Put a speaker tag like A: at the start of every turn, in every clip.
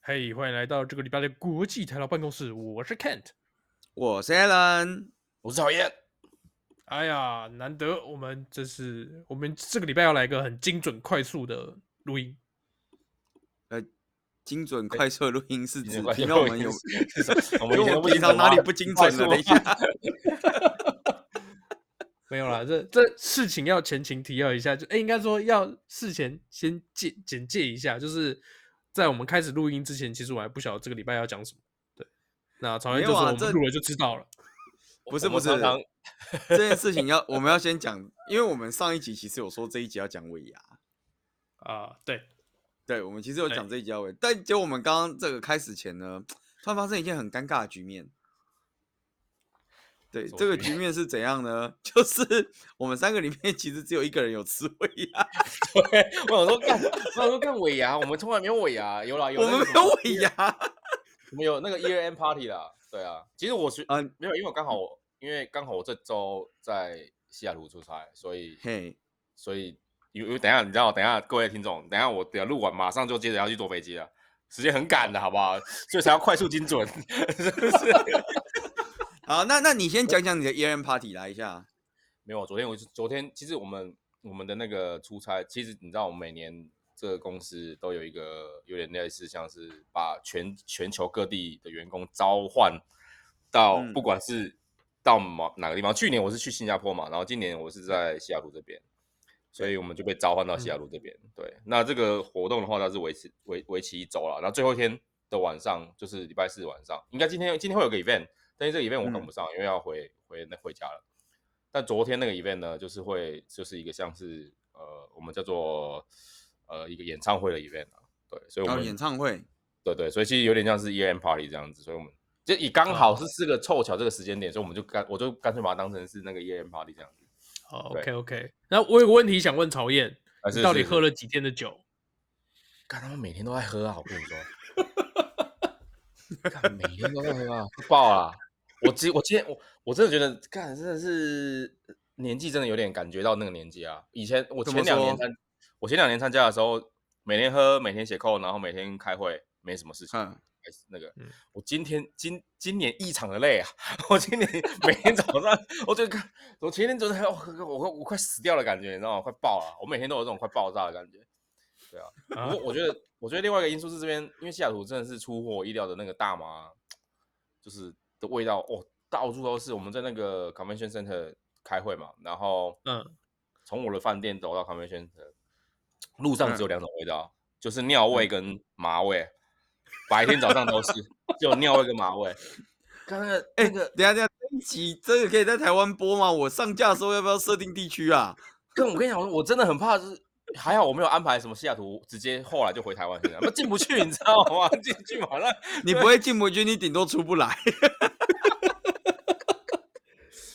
A: 嘿欢迎来到这个礼拜的国际台劳办公室，我是 Kent。
B: 我是 Alan，
C: 我是讨厌，
A: 哎呀，难得我们这是我们这个礼拜要来一个很精准快速的录音，
B: 呃精准
C: 哎
B: 快速的录音是
C: 你
B: 指
C: 的关系
B: 听到我们有，
C: 是什 么？我们
B: 因为
C: 以前
B: 我
C: 都
B: 平
C: 精准
B: 常哪里
C: 吗
B: 不精准了？等一下，
A: 没有啦，这这事情要前情提要一下，就哎，应该说要事前先简简介一下，就是在我们开始录音之前，其实我还不晓得这个礼拜要讲什么。对，那曹
B: 没
A: 燕就
B: 有
A: 说
B: 啊
A: 我
B: 这
A: 们录了就知道了。
B: 不是
C: 我
B: 不
C: 们
B: 是
C: 常常，
B: 这件事情要我们要先讲，因为我们上一集其实有说这一集要讲尾牙，
A: 啊，对，
B: 对，我们其实有
C: 哎
A: 对
B: 讲这一集要尾，但结果我们刚刚这个开始前呢，突然发生一件很尴尬的局面。对，
C: 什么
B: 这个
C: 局
B: 局面是怎样呢？ 就是我们三个里面其实只有一个人有吃尾牙，
C: 对， 我想说干，我想说干尾牙，我们从来没有尾牙，有啦有，
B: 我们没有，
C: 啊
B: 尾牙
C: 我们有那个 year end party 啦，对啊，其实我是
B: 啊。
C: 没有，因为我刚好我因为刚好我这周在西雅图出差，所以
B: 嘿，
C: 所以因为等一下你知道，等一下各位听众，等一下我等一下录完马上就接着要去坐飞机了。时间很赶的，好不好？所以才要快速精准，是不是？
B: 好，那那你先讲讲你的 year end party 来一下。
C: 没有，昨天我是昨天，其实我们我们的那个出差，其实你知道，我们每年这个公司都有一个有点类似，像是把全全球各地的员工召唤到，
B: 嗯
C: 不管是到某哪个地方。去年我是去新加坡嘛，然后今年我是在西雅图这边，所以我们就被召唤到西雅图这边。对，那这个活动的话，它是为期为为期一周了，然后最后一天的晚上就是礼拜四晚上，应该今天今天会有个 event，但是这个 event 我赶
B: 嗯
C: 不上，因为要回回那回家了。但昨天那个 event 呢，就是会就是一个像是呃我们叫做呃一个演唱会的 event 啊，对，所以我
A: 哦
B: 然后
C: 们、
B: 哦演唱会，
C: 对对，所以其实有点像是 E M party 这样子，所以我们就以刚好
A: 哦
C: 是四个凑巧这个时间点，所以我们就干我就干脆把它当成是那个 E M party 这样子。
A: 好
C: 对
A: ，OK OK。那我有个问题想问曹燕，
C: 啊
A: 你
C: 是
A: 到底
C: 是
A: 喝
C: 是
A: 了几天的酒？
C: 干他们每天都在喝啊！我跟你说，干每天都在喝啊，喝爆啊！我今我今天我我真的觉得，干真的是年纪真的有点感觉到那个年纪啊。以前我
B: 怎
C: 前
B: 么
C: 两年
B: 说
C: 参，我前两年参加的时候，每天喝，每天写扣，然后每天开会，没什么事情。
B: 嗯
C: 还是那个，
A: 嗯
C: 我今天今今年异常的累啊！我今年每天早上，我就看，我前天昨天我我我我快死掉的感觉，你知道吗？快爆了！我每天都有这种快爆炸的感觉。对啊，
A: 啊
C: 不过我觉得，我觉得另外一个因素是这边，因为西雅图真的是出乎我意料的那个大麻，就是的味道哦，到处都是。我们在那个 convention center 开会嘛，然后
A: 嗯，
C: 从我的饭店走到 convention center，路上只
B: 嗯
C: 有两种味道，就是尿味
A: 嗯
C: 跟麻味。白天早上都是只有尿味跟麻味。刚刚
B: 哎、
C: 那个，
B: 等一下等一下，这一集这个可以在台湾播吗？我上架的时候要不要设定地区啊？
C: 跟我跟你讲，我真的很怕，就是还好我没有安排什么西雅图，直接后来就回台湾去了，那进不去，你知道吗？ 进不去马上
B: 你不会进不去，你顶多出不来。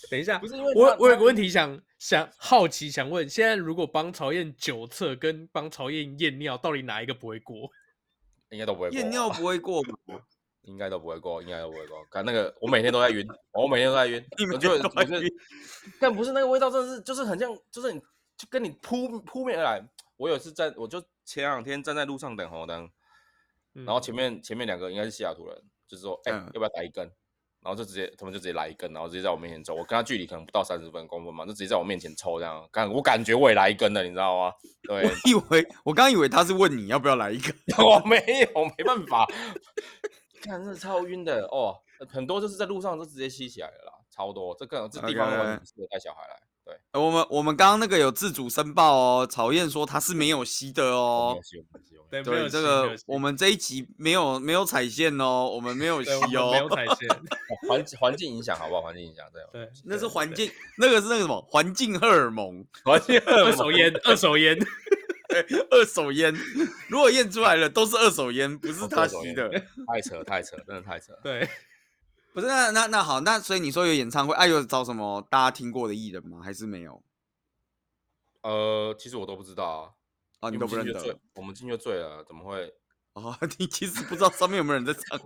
A: 等一下
C: 不，是因为
A: 我
C: 他
A: 我有
C: 他
A: 个问题想想好奇想问，现在如果帮曹燕酒测跟帮曹燕验尿，到底哪一个不会过？
C: 应该都不会过
B: 验尿
C: 吧
B: 不会过嘛？
C: 应该都不会过，应该都不会过。看那个，我每天都 在晕，我每天都在晕
B: 你，每
C: 我就
B: 天都
C: 我
B: 在
C: 就
B: 晕，
C: 但不是那个味道，真的是就是很像，就是你就跟你扑扑面而来。我有一次在，我就前两天站在路上等红灯，
A: 然
C: 然后前面前面两个应该是西雅图人，就是说，哎、
B: 嗯
C: 要不要打一根？然后就直接他们就直接来一根，然后直接在我面前抽。我跟他距离可能不到三十分公分嘛，就直接在我面前抽这样。感我感觉我也来一根了，你知道吗？对，
B: 我以为我刚以为他是问你要不要来一个，
C: 我没有，没办 法，看真的超晕的哦，很多就是在路上就直接吸起来了啦，超多，这个这地方完全
B: OK
C: 不适合带小孩来，对，
B: 呃我们我们刚刚那个有自主申报哦，曹燕说他是没有吸的
C: 我
B: 哦
C: 没有。吸，我没有吸，我没有吸
A: 对没有
B: 对，这
A: 吸没
B: 个
A: 有吸
B: 我们这一集没有没有踩线哦，我们没有吸
A: 对我们没有
B: 哦，
A: 踩线，
C: 环境环境影响好不好？环境影响，对，
A: 对，
B: 那是
A: 对
B: 环
A: 对
B: 境，那个是那个什么环境荷尔蒙，
C: 环境
A: 二手烟，二手烟，
B: 二手烟，如果验出来了都是二手烟，不是
C: 哦
B: 他
C: 二手
B: 吸
C: 烟
B: 的。
C: 太扯太扯，真的太扯。
A: 对，
B: 不是那那那好，那所以你说有演唱会，哎、有找什么大家听过的艺人吗？还是没有？
C: 呃，其实我都不知道啊，
B: 哦，你
C: 因
B: 都
C: 为
B: 不
C: 我们
B: 认
C: 进去就
B: 得
C: 醉，我们进去就醉了，怎么会？
B: 哦， 你其实不知道上面有没有人在唱歌，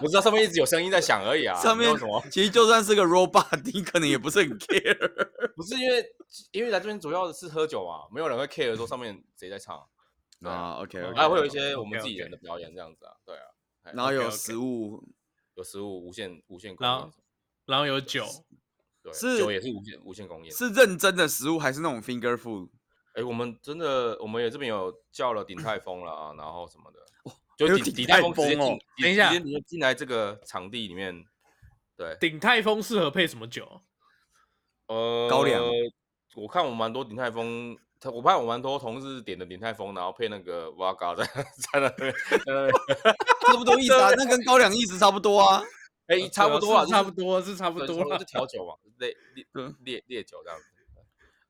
C: 我知道上面一直有声音在响而已啊，
B: 上
C: 没有
B: 面
C: 什么？
B: 其实就算是个 robot，你可能也不是很 care。
C: 不是因为因为来这边主要是喝酒嘛，没有人会 care 说上面谁在唱。对啊
B: 啊，OK，
A: OK
C: 还会有一
B: OK，
C: 些我们
A: OK，OK
C: 自己人的表演这样子啊，对啊，哎
B: 然后有
A: OK，OK
B: 食物，
C: 有食物无限无限供
A: 然
C: 应
A: 后，然后有酒，
C: 对，
B: 是
C: 酒也是无限无限供应。
B: 是认真的食物还是那种 finger food？
C: 哎，我们真的我们也这边有叫了鼎泰丰了啊，然后什么的，
B: 还
C: 就
B: 有
C: 鼎
B: 鼎
C: 鼎
B: 泰
C: 丰直接
B: 丰
C: 进
B: 哦，
C: 直
A: 等一下
C: 直接直接进来这个场地里面，对，
A: 鼎泰丰适合配什么酒？
C: 呃，
B: 高粱
C: 我看我蛮多鼎泰丰，他我看我蛮多同事点的鼎泰丰，然后配那个哇嘎在 在那边，呃在那边
B: 差不多意思啊，那跟高粱意思差不多啊。
C: 哎、
A: 呃
C: 差不
A: 对
C: 多啊，
A: 是差不多是差
C: 差
A: 不多啊了
C: 就。调酒 嘛，烈烈
B: 嗯
C: 烈烈酒这样子。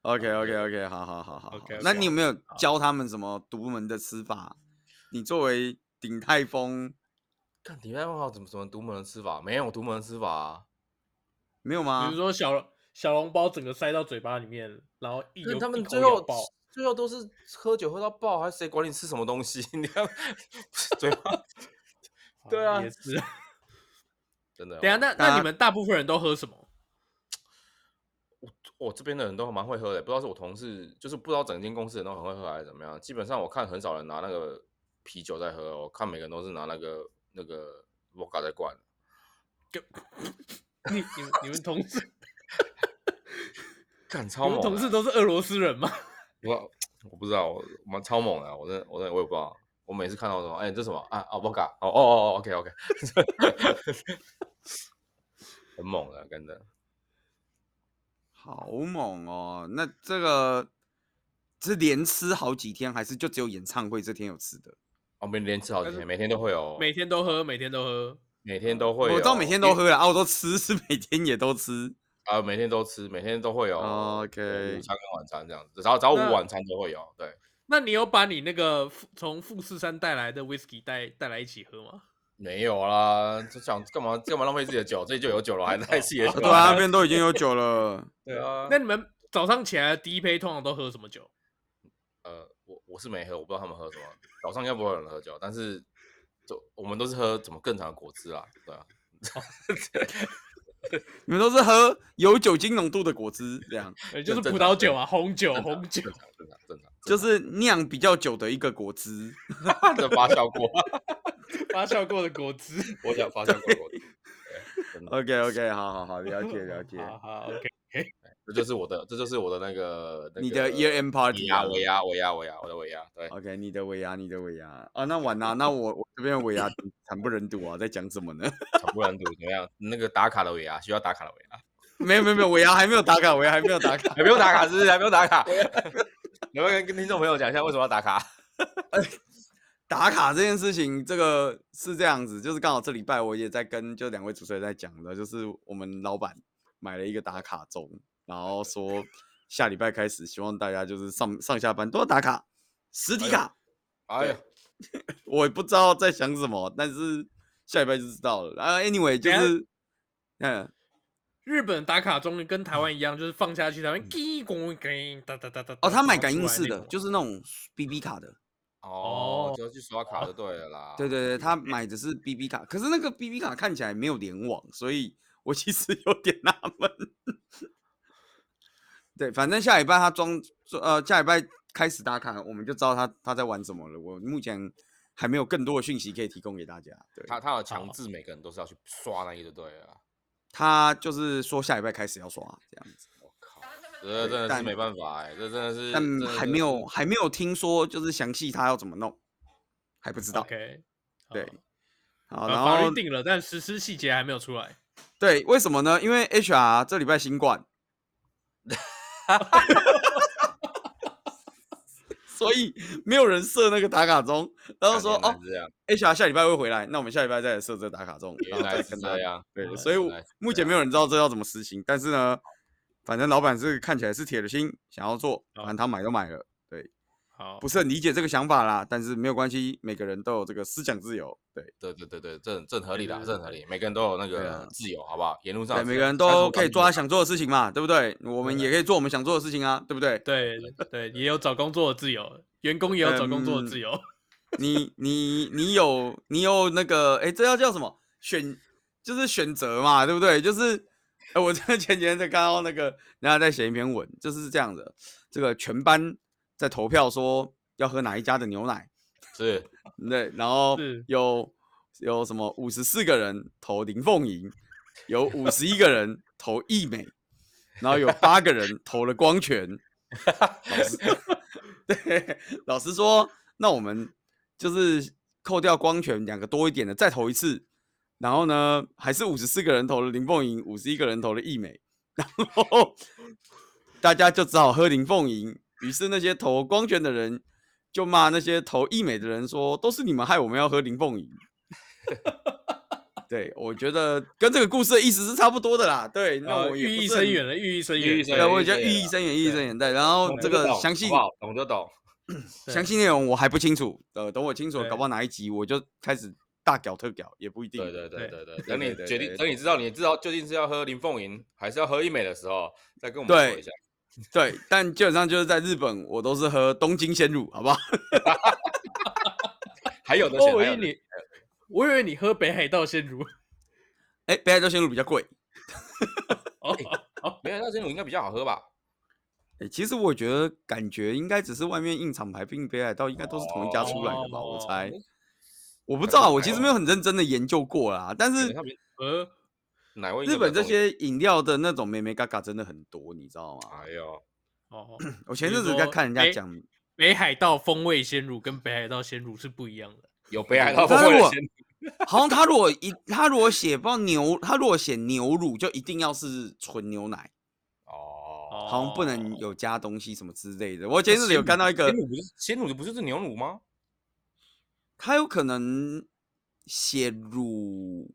B: OK OK OK，好好好好。好
A: OK，OK
B: 那你有没有教他们什么独门的吃法？你作为鼎泰丰
C: 看鼎泰丰好怎么怎么独门的吃法？没有独门的吃法啊，
B: 没有
A: 比
B: 吗
A: 如？说小小笼包整个塞到嘴巴里面，然后一
C: 因为
A: 口
C: 他们
A: 一口
C: 最
A: 咬
C: 后
A: 爆，
C: 最后都是喝酒喝到爆，还谁管你吃什么东西？ 你看嘴巴对啊
A: 也是。
C: 真的哦。
A: 等一下，那
B: 大
A: 那
B: 家
A: 你们大部分人都喝什么？
C: 我、这边的人都蛮会喝的，不知道是我同事，就是不知道整间公司人都很会喝还是怎么样。基本上我看很少人拿那个啤酒在喝，我哦看每个人都是拿那个那个 vodka 在灌。
A: 你你们你们同事
C: 干
A: 你
C: 超
A: 们
C: 猛！
A: 同事都是俄罗斯人吗？
C: 我我不知道，我蛮超猛的，我真的我真的我也不知道。我每次看到什么，哎、这什么啊啊 vodka，哦哦哦哦，OK OK，很猛的，真的。
B: 好猛哦！那这个是连吃好几天，还是就只有演唱会这天有吃的？
C: 我们连吃好几
A: 但是
C: 天，哦每天都会有，
A: 每天都喝，每天都喝。
C: 每天都会有，哦
B: 我知道每天都喝了啊，我都吃 是每天也都吃。
C: 啊，每天都吃，每天都会有
B: 哦
C: 呃
B: ，OK
C: 午餐跟晚餐这样子，早早午
A: 那
C: 晚餐都会有，对，
A: 那你有把你那个富从富士山带来的 whisky 带带来一起喝吗？
C: 没有啦，就想干嘛干嘛浪费自己的酒，这里就有酒 了，还在自己的酒，
B: 对啊，那边都已经 有酒了。
C: 对啊，
A: 那你们早上起来的第一杯通常都喝什么酒？
C: 呃，我我是没喝，我不知道他们喝什么，早上应该不会有人喝酒，但是就我们都是喝怎么更长的果汁啦，对啊，
B: 你们都是喝有酒精浓度的果汁，这样
A: 呃，就是
C: 正
A: 葡
C: 常
A: 萄酒啊，
C: 正
A: 红酒，
C: 正常
A: 红酒
C: 正。常正常正常，
B: 就
C: 正
B: 是酿比较久的一个果汁。
C: 常 这发酵过，
A: 发酵过的果汁。
C: 我想发酵过的果汁，对真的
B: OK OK，好好好，了解了 解。
A: 好好，OK。
C: 这就是我的，这就是我的那个那
B: 你的
C: 个
B: Year End Party
C: 尾牙
B: 啊
C: 尾牙尾牙尾牙，我的尾牙， 对。
B: OK，你的尾牙，你的尾牙啊，那完啦、那我我这边的尾牙 惨不忍睹啊，在讲什么呢？
C: 惨不忍睹，怎么样？那个打卡的尾牙需要打卡的尾牙，，
B: 没有没有没有，尾牙还没有打卡，尾牙还没有打卡
C: 还不用打卡，是不是？还不用打卡。能不能跟听众朋友讲一下为什么要打卡？
B: 打卡这件事情，这个是这样子，就是刚好这礼拜我也在跟就两位主持人在讲的，就是我们老板买了一个打卡钟，然后说下礼拜开始，希望大家就是上 上下班都要打卡，实
C: 哎
B: 体
C: 呦
B: 卡。
C: 哎呀，
B: 我也不知道在想什么，但是下礼拜就知道了。啊，anyway 就
A: 等下
B: 是，嗯，
A: 日本打卡钟跟台湾一样，就是放下去，台湾叽咣叽哒哒哒哒。
B: 嗯哦，他买
A: 然后
B: 感
A: 出
B: 应
A: 来
B: 式
A: 那
B: 的，
A: 种
B: 就是那种 BB 卡的。
C: 哦
A: 哦，
C: 只要去刷卡就对了
A: 啊
C: 啦。
B: 对对对，
A: 哎
B: 他买的是 BB 卡，可是那个 BB 卡看起来没有联网，所以我其实有点纳闷。对，反正下礼拜他装，呃，下礼拜开始打卡，我们就知道他他在玩什么了。我目前还没有更多的讯息可以提供给大家。对，
C: 他他有强制每个人都是要去刷那一个，就对了啦。
B: 他就是说下礼拜开始要刷这样子。
C: 我靠，这真的是
B: 但
C: 没办法哎，这真的是，真
B: 但
C: 的
B: 还
C: 是
B: 没有还没有听说就是详细他要怎么弄，还不知道。
A: OK。
B: 对
A: 好，
B: 好，
A: 呃
B: 然
A: 法
B: 后
A: 律定了，但实施细节还没有出来。
B: 对，为什么呢？因为 HR 这礼拜新冠，所以没有人设那个打卡钟，然后
C: 干
B: 说
C: 啊原来
B: 哦
C: 是这样，
B: ，HR 下礼拜会回来，那我们下礼拜再来设这个打卡钟，然
C: 原
B: 后再
C: 来 是
B: 跟他
C: 这。样。
B: 哦对，
C: 原
B: 所以
C: 来
B: 我
C: 是
B: 目
C: 这
B: 前没
C: 样
B: 有人知道这要怎么实行，但是呢，反正老板是看起来是铁了心想要做，反
C: 哦
B: 正他买都买了。
A: 好，
B: 不是很理解这个想法啦，但是没有关系，每个人都有这个思想自由，对
C: 对对对对，这很这很合理的，
A: 对对
C: 这很合理。每个人都有那
B: 对
C: 个
B: 啊
C: 自由，好不好？沿路上
B: 对，
C: 有自
B: 每
C: 由
B: 个人
C: 但是
B: 都
C: 我
B: 可以
C: 们
B: 做他想做的事情嘛，对不对？我们也可以做我们想做的事情啊，对不对？
A: 对对，也有找工作的自由，员工
B: 嗯
A: 也有找工作的自由。
B: 你你你有你有那个，哎，这要叫什么？选就是选择嘛，对不对？就是，哎，我这前几天在看到那个人家在写一篇文，就是这样的，这个全班在投票说要喝哪一家的牛奶，
C: 是
B: 对，然后
A: 是
B: 有有什么五十四个人投林凤营，有五十一个人投易美，然后有八个人投了光泉。老师， 对，老师说，那我们就是扣掉光泉两个多一点的，再投一次。然后呢，还是五十四个人投了林凤营，五十一个人投了易美，然后大家就只好喝林凤营。于是那些投光泉的人就骂那些投易美的人说：“都是你们害我们要喝林凤营。”对，我觉得跟这个故事的意思是差不多的啦。对，那
A: 呃
B: 我也
A: 寓
B: 不
A: 意
B: 是
A: 深
B: 很
A: 远了，寓意深
C: 寓
A: 远
C: 意。深
A: 对
B: 对，我
C: 意
B: 觉得
C: 思
B: 寓意
C: 啦
B: 深远，寓意
C: 对
B: 深远。对，然后这个详细
C: 懂就懂，
A: 对
B: 详细内容我还不清楚，呃，等我清楚了，搞
A: 对
B: 不好哪一集我就开始大屌特屌，也不一定。
C: 对对对
A: 对
C: 对对，
B: 对
C: 等你
B: 对对
C: 决
B: 对
C: 定，等你知道你知道究竟是要喝林凤营还是要喝一美的时候，再跟我们说
B: 对
C: 一下。
B: 对但基本上就是在日本，我都是喝东京鲜乳， 好不好？
C: 还有的
A: 哦
C: 选，
A: 我
C: 还
A: 以为
C: 有的
A: 你，我以为你喝北海道鲜乳。
B: 哎，北海道鲜乳比较贵。
A: 哦，
C: 没有那鲜乳应该比较好喝吧？
B: 哎，其实我觉得感觉应该只是外面印厂牌，并北海道应该都是同一家出来的吧？我
A: 哦
B: 猜，我不
C: 可
B: 知道啊，
C: 能
B: 我
C: 台
B: 其实
C: 湾
B: 没有很认真的研究过啦。但
C: 可
B: 是
C: 能他们
A: 呃，
C: 奶味应
B: 日
C: 该比
B: 本
C: 较
B: 这
C: 重一点，
B: 些饮料的那种美美嘎嘎真的很多，你知道吗？
C: 哎呦，
A: 哦，
B: 我前
A: 比
B: 阵
A: 如
B: 子在
A: 说
B: 看人家
A: 北
B: 讲
A: 北海道风味鲜乳跟北海道鲜乳是不一样的。
C: 有北海道
B: 但
C: 风
B: 是
C: 味的
B: 我
C: 鲜乳，
B: 好像他如果一他如果写不知道牛，他如果写牛乳就一定要是纯牛奶，
C: 哦，
B: 好像不能
A: 哦
B: 有加东西什么之类的。我前阵子有看到一个
C: 鲜，乳不是鲜乳不就是牛乳吗？
B: 他有可能写乳，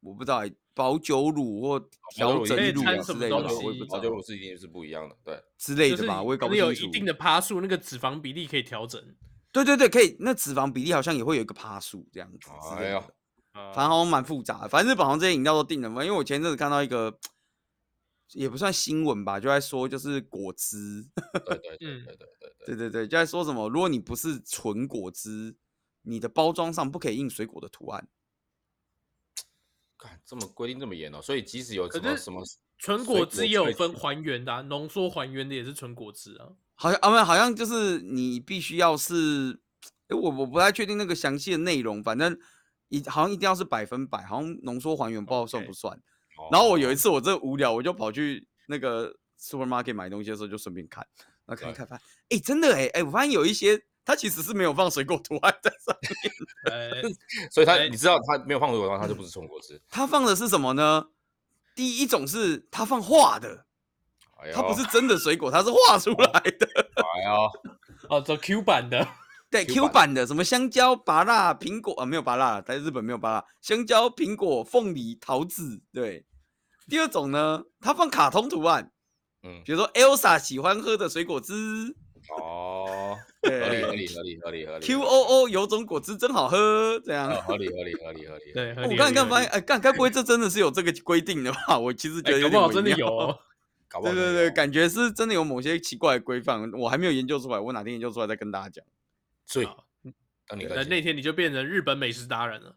B: 我不知道欸、保酒乳或
C: 保
B: 调
C: 酒乳
B: 整
C: 可以
B: 乳
A: 掺
B: 啊
A: 什
B: 之
A: 么
B: 类的
A: 东
B: 吧，我也
A: 西
B: 不知
C: 保
B: 道
C: 酒乳是一定是不一样的，对，
B: 之类
A: 就
B: 的
A: 是
B: 吧，我也搞
A: 可
B: 不
A: 能有一
B: 清
A: 定
B: 楚。
A: 的趴数，那个脂肪比例可以调整。
B: 对对对，可以，那脂肪比例好像也会有一个趴数这样子之类的
C: 哎呦。
A: 啊
B: 反正好像蛮复杂的。反正日本好像这些饮料都定了嘛，因为我前阵子看到一个，也不算新闻吧，就在说就是果汁，
C: 对对对
A: 嗯
C: 对对对对，
B: 对对对，就在说什么，如果你不是纯果汁，你的包装上不可以印水果的图案。
C: 看这么规定这么严哦，所以即使有
A: 可
C: 什么
A: 是
C: 什么
A: 纯
C: 水
A: 果
C: 果
A: 汁也有
C: 萃
A: 分
C: 取
A: 还原的、啊，浓缩还原的也是纯果汁 啊。
B: 好像啊，没有，好像就是你必须要是，诶我我不太确定那个详细的内容，反正一好像一定要是百分百，好像浓缩还原，不知道算不
A: OK
B: 算。然后我有
C: 哦
B: 一次我真的无聊，我就跑去那个 supermarket 买东西的时候，就顺便看，然后看一
C: 对
B: 看，发现，哎、真的哎、哎、我发现有一些它其实是没有放水果图案在上面，
A: 呃，
C: 所以他
A: 哎
C: 你知道他没有放水果的话，他就不是中国汁。
B: 它放的是什么呢？第一种是它放画的，
C: 哎呦，
B: 它不是真的水果，它是画出来的，
C: 哎呦，
A: 哦，走 Q 版的，
B: 对
C: Q
B: Q
C: 版
B: 版的，什么香蕉、芭乐、苹果啊，没有芭乐，在日本没有芭乐，香蕉、苹果、凤梨、桃子，对。第二种呢，它放卡通图案，
C: 嗯，
B: 比如说 Elsa 喜欢喝的水果汁，
C: 哦，合理合
B: 对
C: 理合理合理合理
B: Q O O 有种果汁真好喝，这样。哦
C: 呃合理合理合理合理，
A: 对，哦合
B: 我
A: 理
B: 刚
A: 合理
B: 才看
A: 合
B: 发
A: 理
B: 现，哎，干该不会这真的是有这个规定的吧？ 我其实觉
A: 哎
B: 得
A: 搞
B: 有点
A: 不好
B: 微
A: 真的
B: 妙
A: 有哦。
C: 搞不
B: 对
C: 好
B: 对
C: 真的
B: 对，
C: 有
B: 感觉是真的有某些奇怪的规范，我还没有研究出来，我哪天研究出来再跟大家讲。
C: 所以
A: 好
C: 等你
A: 那
C: 更
A: 那
C: 新，
A: 天你就变成日本美食达人了，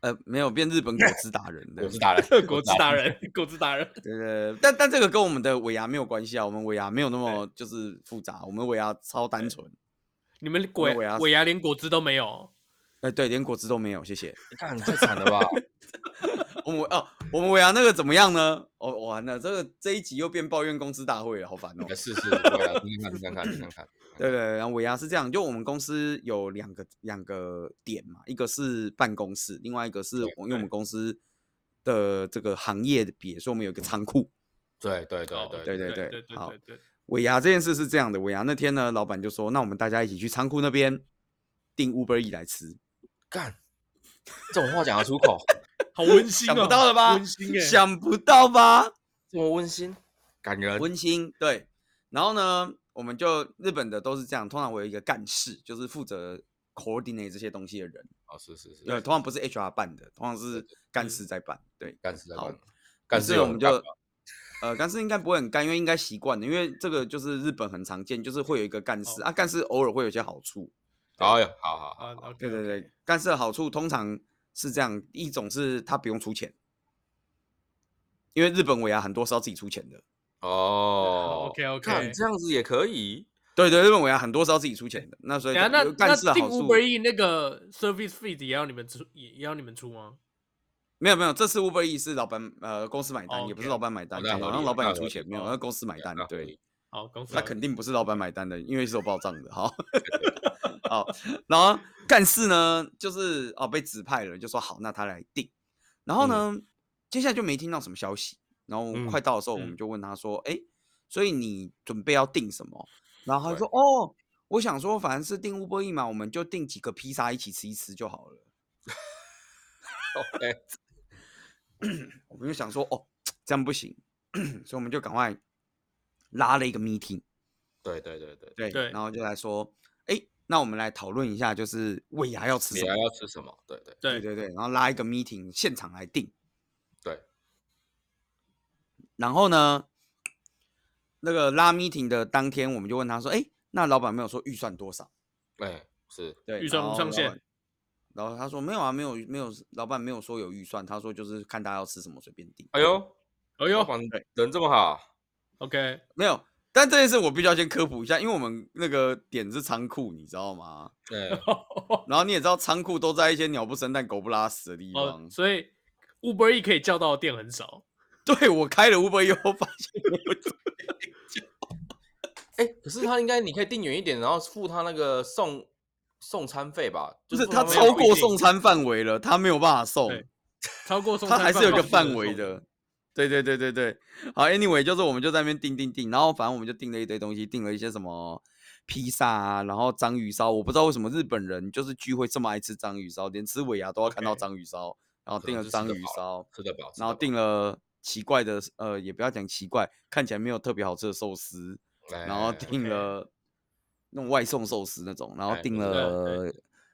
B: 呃，没有变日本果汁 达人，对
C: 我是达人，
A: 果汁达人，果汁达人。
B: 对对，对但但这个跟我们的尾牙没有关系啊，我们尾牙没有那么就是复杂，我们尾牙超单纯。
A: 你们
B: 我
A: 果
B: 的尾牙
A: 尾牙连果汁都没有哦，
B: 哎，对，连果汁都没有，谢谢。
C: 干太惨了吧？
B: 我们哦，我们尾牙那个怎么样呢？哦，完了，这个这一集又变抱怨公司大会了，好烦哦。
C: 哎是是，对啊，听看看看看看看，
B: 对对，对然后尾牙是这样，就我们公司有两个两个点嘛，一个是办公室，另外一个是
C: 对
B: 我因为我们公司的这个行业的别，所以我们
C: 嗯
B: 有一个仓库。
C: 对对对
A: 哦
C: 对
B: 对
A: 对
B: 对
A: 对
B: 好
A: 对 对，
B: 尾牙这件事是这样的，尾牙那天呢，老板就说，那我们大家一起去仓库那边订 Uber E 来吃。
C: 干，这种话讲得出口，
A: 好温馨
B: 想
A: 哦，
B: 不到了吧
A: 温馨哎，
B: 想不到吧？
C: 这么温馨，感人，
B: 温馨对。然后呢，我们就日本的都是这样，通常我有一个干事，就是负责 coordinate 这些东西的人。
C: 哦是是是，
B: 呃，通常不是 HR 办的，通常是干
A: 嗯
B: 事在办。对，
C: 干事在
B: 好
C: 干，干
B: 所
C: 事
B: 以
C: 有
B: 我们
C: 很干
B: 就
C: 吧
B: 呃，干事应该不会很干，因为应该习惯了，因为这个就是日本很常见，就是会有一个干事、
A: 哦
B: 啊，干事偶尔会有一些好处。
C: 哎呦，好好好，
A: 啊，OK，
B: 对对
A: OK
B: 对，干事的好处通常是这样，一种是他不用出钱，因为日本尾牙很多是要自己出钱的。
C: 哦
A: ，OK，OK
C: 看这样子也可以，
B: 对对，日本尾牙很多是要自己出钱的，那所以
A: 等下那
B: 有干事
A: 那
B: 的
A: 定
B: 好
A: u
B: 处
A: b e 那个 service fee 也要你们出，也也要你们出吗？
B: 没有没有，这次 Uber E 是老板呃公司买单，也不是
A: 哦 OK
B: 老板买单，
C: 那
B: 好
C: 合
B: 像
C: 理了
B: 老板
C: 那
B: 有
C: 合
B: 出
C: 理
B: 钱，没有，
C: 哦
B: 那公司买单
C: 那，合
B: 对
C: 理，
A: 好，公司
B: 那
A: 好
B: 肯定不是老板买单的，因为是有报账的。好， 好，然后干事呢，就是哦被指派了，就说好，那他来定。然后呢，接下来就没听到什么消息。然后
C: 嗯
B: 快到的时候，我
A: 嗯
B: 们就问他说：“哎、所以你准备要定什么？”然后他就
C: 对
B: 说：“哦，我想说，反正是定乌波义嘛，我们就定几个披萨一起吃一吃就好了。
C: OK，”
B: 我们就想说：“哦，这样不行。” 所以我们就赶快拉了一个 meeting。
C: 对对对对，
B: 对，
A: 对
B: 然后就来说，哎，那我们来讨论一下，就是尾牙要吃
C: 你
B: 什么
C: 还？要吃什么？对对
A: 对
B: 对对对，然后拉一个 meeting 现场来定。
C: 对，
B: 然后呢，那个拉 meeting 的当天，我们就问他说，哎，那老板没有说预算多少？
C: 哎是，
B: 对，
A: 预算
B: 然
A: 无
B: 后
A: 上
B: 老
A: 限
B: 板。然后他说没有啊，没有没有，老板没有说有预算，他说就是看大家要吃什么随便定。
C: 哎呦
A: 哎
C: 哎
A: 呦
B: 对
C: 人这么好，
A: ，OK，
B: 没有，但这件事我必须要先科普一下，因为我们那个点是仓库，你知道吗？
C: 哎
B: 然后你也知道仓库都在一些鸟不生蛋、狗不拉屎的地方。
A: 哦，所以 Uber E 可以叫到的店很少，
B: 对我开了 Uber 以后，发现
C: 哎，可是他应该你可以订远一点，然后付他那个送送餐费吧？
B: 不
C: 就是付
B: 他
C: 那个
B: 超
A: 不一
B: 过
A: 定
B: 送餐范围了，他没有办法送，
A: 对超过送
B: 他
A: 餐
B: 还是有一个
A: 不能
B: 范围
A: 送。
B: 的。对对对对对，好，anyway，就是我们就在那边订订订，然后反正我们就订了一堆东西，订了一些什么披萨啊，然后章鱼烧，我不知道为什么日本人就是聚会这么爱吃章鱼烧，连吃尾牙都要看到
A: OK 啊
B: 章鱼烧，然后
C: 可
B: 订
C: 能
B: 了
C: 是吃
B: 章
C: 得
B: 鱼
C: 饱了
B: 烧，
C: 吃得饱，吃
B: 然后
C: 得
B: 订了奇怪的，呃，也不要讲奇怪，看起来没有特别好吃的寿司，
C: 饱，
B: 然后
C: 哎
B: 订
A: OK
B: 了那种外送寿司那种，然后
C: 哎
B: 订
C: 我知道
B: 了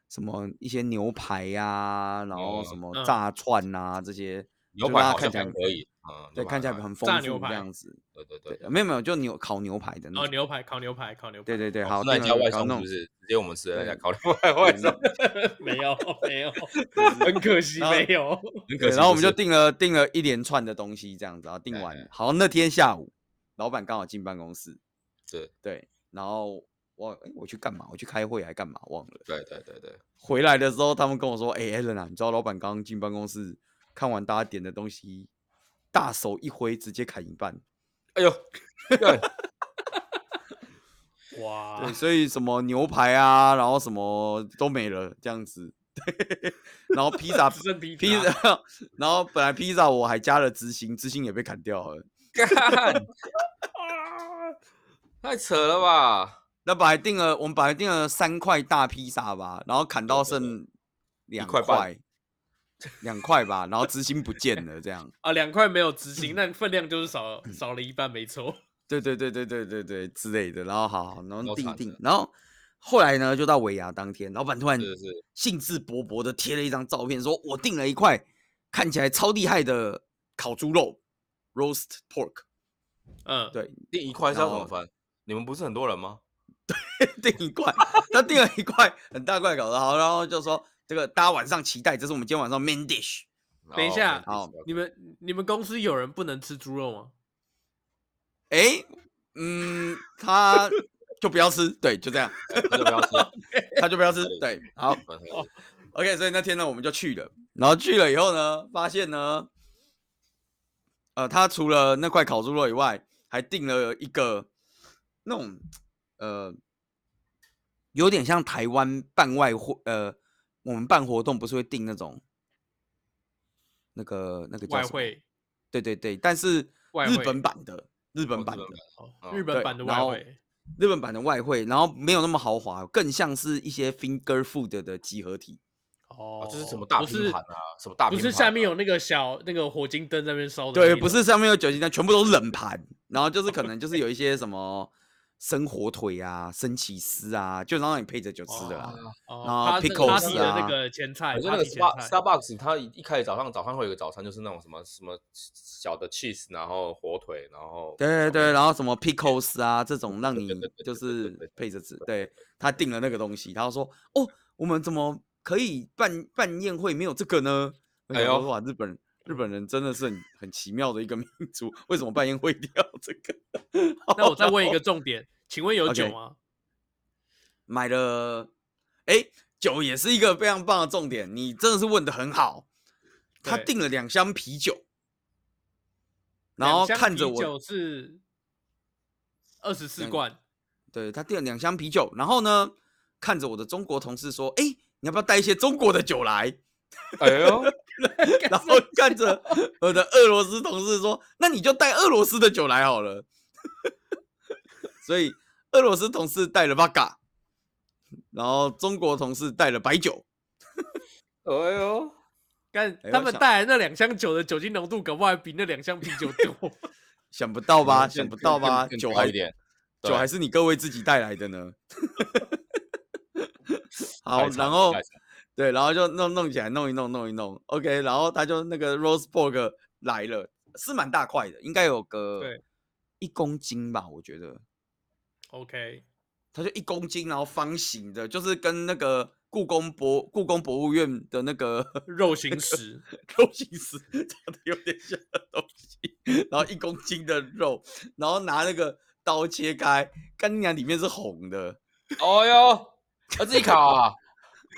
B: 什么一些牛排呀、然后什
C: 嗯
B: 么
A: 嗯
B: 炸串啊这些，
C: 牛
B: 就
C: 排
B: 让它
C: 好
B: 看
C: 像
B: 起来
C: 还
B: 很
C: 可以，嗯，
B: 对，看起来
C: 很
B: 很丰
A: 炸
B: 富
A: 牛
B: 这
A: 排
B: 样子。
C: 对对对
B: 对，，没有没有，就牛烤牛排的
A: 哦，
B: 那种。
A: 牛排烤牛排烤牛
B: 对
A: 排，
B: 对对，
C: 哦
B: 好，
C: 是那
B: 订
C: 家
B: 了
C: 外
B: 搞
C: 送
B: 那
C: 是
B: 种
C: 不是直接我们吃的那家
B: 对
C: 烤牛排外送？
A: 没有没有，
B: 对
A: 很可惜
B: 然后
A: 没有。
C: 很可
B: 对，
C: 惜
B: 然后我
C: 不
B: 们就是订了订了一连串的东西，这样子，然后订
C: 哎
B: 完
C: 哎，
B: 好，那天下午，老板刚好进办公室，
C: 是，
B: 对，然后我哎我去干嘛？我去开会还干嘛？忘了。
C: 对对对对，
B: 回来的时候，他们跟我说：“哎、a l l n 啊，你知道老板刚刚进办公室，看完大家点的东西，大手一挥，直接砍一半。
C: 哎呦，干
A: 哇
B: 对，，所以什么牛排啊，然后什么都没了，这样子。对，然后披萨
A: 只，剩披
B: 披
C: 啊
A: 萨，
B: 萨，然后本来披萨我还加了芝心，芝心也被砍掉了。
C: 干，太扯了吧？
B: 那本来定了，我们本来定了三块大披萨吧，然后砍到
C: 对对对
B: 剩两
C: 块半
B: 块，两块吧，然后芝心不见了，这样。
A: 啊，两块没有执 行，那分量就是少
B: 嗯
A: 少了一半，没错。
B: 对对对对对对对之类的，然后好，好，然后
C: 超
B: 定一
C: 惨
B: 定
C: 的，
B: 然后后来呢，就到尾牙当天，老板突然
C: 是是，
B: 兴致勃勃的贴了一张照片，说我订了一块看起来超厉害的烤猪肉 （roast pork），
A: 嗯，
B: 对，
C: 订一块是要怎
B: 然
C: 么
B: 后
C: 分？你们不是很多人吗？
B: 订一块，他订了一块很大块烤的，好，然后就说这个大家晚上期待，这是我们今天晚上 main dish。
A: 等一
C: 哦
A: 下
B: 好
A: 你们你们公司有人不能吃猪肉吗？
B: 哎，嗯，他就不要吃，对，就这样，
C: 那就不要吃。
B: 他就不要吃
C: 合理，
B: 对，好。
C: 合理合理
B: OK，所以那天呢，我们就去了。然后去了以后呢，发现呢，呃，他除了那块烤猪肉以外，还订了一个那种呃，有点像台湾办外活，呃，我们办活动不是会订那种那个那个叫
A: 外
B: 什么，
A: 汇
B: 对对对，但是
A: 外
B: 日
A: 汇
B: 本版的日本
C: 日
B: 版的
C: 本版
A: 哦
C: 哦
A: 日本
B: 对
A: 版的
B: 然
A: 外
B: 后
A: 汇，
B: 日本版的外汇，然后没有那么豪华，更像是一些 finger food 的集合
A: 哦
B: 体。啊
C: 哦，这是什么大
A: 不
C: 拼
A: 是
C: 盘啊？什么
A: 不
C: 大拼
A: 是
C: 盘
A: 下
C: 啊
A: 面有那个小那个火金灯在那边 烧的那一
B: 对，
A: 种，
B: 不是上面有酒精弹，全部都是冷盘，然后就是可能就是有一些什么生火腿啊、生起司啊，就让你配着酒吃的啦。
C: 啊
A: 哦，
B: 然后
A: 他他
B: pickles
A: 的那
B: 啊
A: 个前菜，
C: 可是那个
A: party 前
C: Star
A: 菜
C: Starbucks，它一一开始早上早上会有一个早餐，就是那种什么什么小的 cheese，然后火腿，然后
B: 对
C: 什
B: 对
C: 么
B: 对，然后什么 pickles 啊这种，让
C: 对
B: 你
C: 对对对
B: 就
C: 对对
B: 是
C: 对
B: 配着吃。对他订了那个东西，他就说：“哦，我们怎么可以办办宴会没有这个呢？”我
C: 哎
B: 想说
C: 呦
B: 哇，日本日本人真的是很很奇妙的一个民族，为什么办宴会一定要这个？
A: 那我再
B: 然
A: 问一
B: 后
A: 个重点，请问有
B: OK
A: 酒吗？
B: 买了，哎、酒也是一个非常棒的重点，你真的是问的很好。他
A: 对
B: 订了两箱啤酒，然后看着我，
A: 酒是二十四
B: 两
A: 罐，
B: 对他订了两箱啤酒，然后呢，看着我的中国同事说：“哎、你要不要带一些中国的酒来
C: 哎呦，？”
B: 然后看着我的俄罗斯同事说：“那你就带俄罗斯的酒来好了。” 所以俄罗斯同事带了 v 嘎，然后中国同事带了白酒。
C: 哎呦，
A: 干
B: 哎
A: 他
B: 我
A: 们
B: 想
A: 带来那两箱酒的酒精浓度，搞不好还比那两箱啤酒多。
B: 想不到 吧？
C: 嗯
B: 想
C: 更
B: 不到
C: 更
B: 吧？
C: 更
B: 酒
C: 高
B: 还
C: 一点，
B: 酒
C: 对
B: 还是你各位自己带来的呢。 好，
C: 太惨
B: 然
C: 了
B: 后
C: 太惨了
B: 对，然后就弄弄起来，弄一弄，弄一弄。OK，然后他就那个 Roseburg 来了，是蛮大块的，应该有个
A: 对
B: 一公斤吧，我觉得。
A: OK，
B: 它就一公斤，然后方形的，就是跟那个故宫博故宫博物院的那个
A: 肉形 石，
B: 肉形石 长得有点像的东西，然后一公斤的肉，然后拿那个刀切开，干娘里面是红的，
C: 哎呦，他自己烤啊，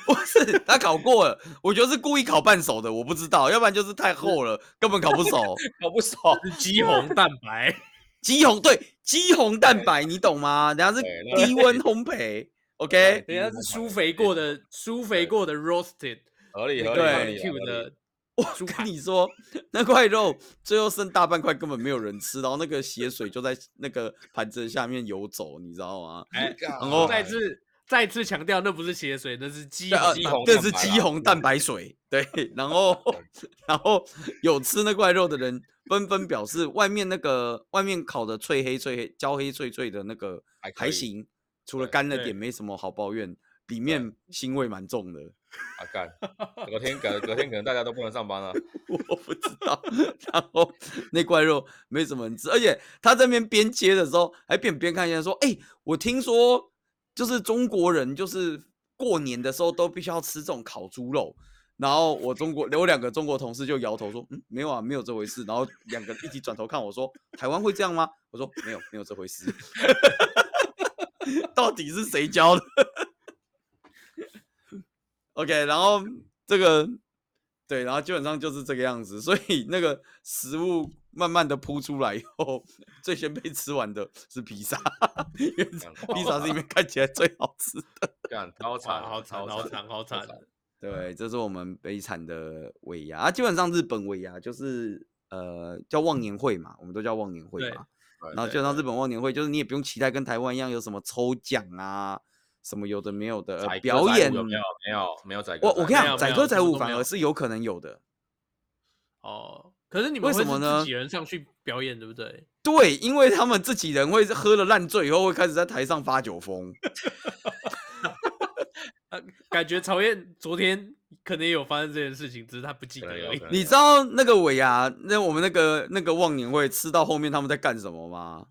B: 不是他烤过了，我觉得是故意烤半熟的，我不知道，要不然就是太厚了，根本烤不熟。
C: 烤不熟，
A: 是肌红蛋 白。
B: 鸡红对鸡红蛋白，你懂吗？人 家是
C: 对哎那
B: 低温烘焙，OK，
C: 对
A: 人家是酥肥过的，酥肥过的 roasted，
C: 合理
A: 那
C: 合
A: 个
C: 理
B: 对
C: 合理
A: barbecue
C: 合理
A: 的
B: 我
A: 猪
B: 跟
A: 排
B: 你说，那块肉最后剩大半块，根本没有人吃，然后那个血水就在那个盘子下面游走，你知道吗？
A: 哎，
B: 然
C: 哦
B: 后
A: 再次再次强调，那不是血水，那是鸡
B: 对呃
A: 红
C: 鸡
A: 蛋
C: 红
B: 这
C: 蛋
B: 是
C: 白
B: 鸡
C: 啦
B: 红蛋白水，对，然后然后有吃那块肉的人纷纷表示，外面那个外面烤的脆黑脆黑焦黑脆脆的那个
C: 还可
B: 还
C: 以
B: 行，除了
C: 对
B: 干了
A: 对
B: 点没什么好抱怨，里面腥味蛮重的。
C: 啊干，隔天隔隔天可能大家都不能上班了，
B: 我不知道。 然后那块肉没什么人吃，而且他这边边切的时候还边边看一下说：“哎、我听说就是中国人就是过年的时候都必须要吃这种烤猪肉。”然后我中国有两个中国同事就摇头说：“嗯，没有啊，没有这回事。”然后两个一起转头看我说：“台湾会这样吗？”我说：“没有，没有这回事。” 到底是谁教的？OK，然后这个对，然后基本上就是这个样子，所以那个食物慢慢的铺出来以后，最先被吃完的是披萨，因为
C: 干
B: 披萨是里面看起来最好吃的。
C: 干超惨
A: 哇，好惨，好惨，好惨！
B: 对，这是我们悲惨的尾牙啊，基本上日本尾牙就是呃叫忘年会嘛，我们都叫忘年会
A: 对
B: 嘛。
C: 对
B: 然后
C: 对
B: 基本上日本忘年会就是你也不用期待跟台湾一样有什么抽奖啊，什么有的没有的、呃
C: 宰割
B: 表
C: 宰
B: 演。
C: 舞有没有
B: 我
C: 没有没有宰割
B: 我跟你
C: 宰
A: 没
B: 讲，
A: 有
B: 载
A: 没
B: 歌
A: 有
B: 载
A: 什么
B: 舞
A: 都
B: 反
A: 没
B: 而
A: 有
B: 是有可能有的。
A: 哦，可是你们
B: 为
A: 会
B: 什么
A: 是
B: 呢
A: 自己人上去表演，对不对？
B: 对，因为他们自己人会喝了烂醉以后，会开始在台上发酒疯。
A: 呃，感觉曹燕昨天可能也有发生这件事情，只是他不记得
C: 可能有
A: 而已
C: 可。能
B: 你知道那个尾牙，那我们那个那个忘年会吃到后面他们在干什么吗？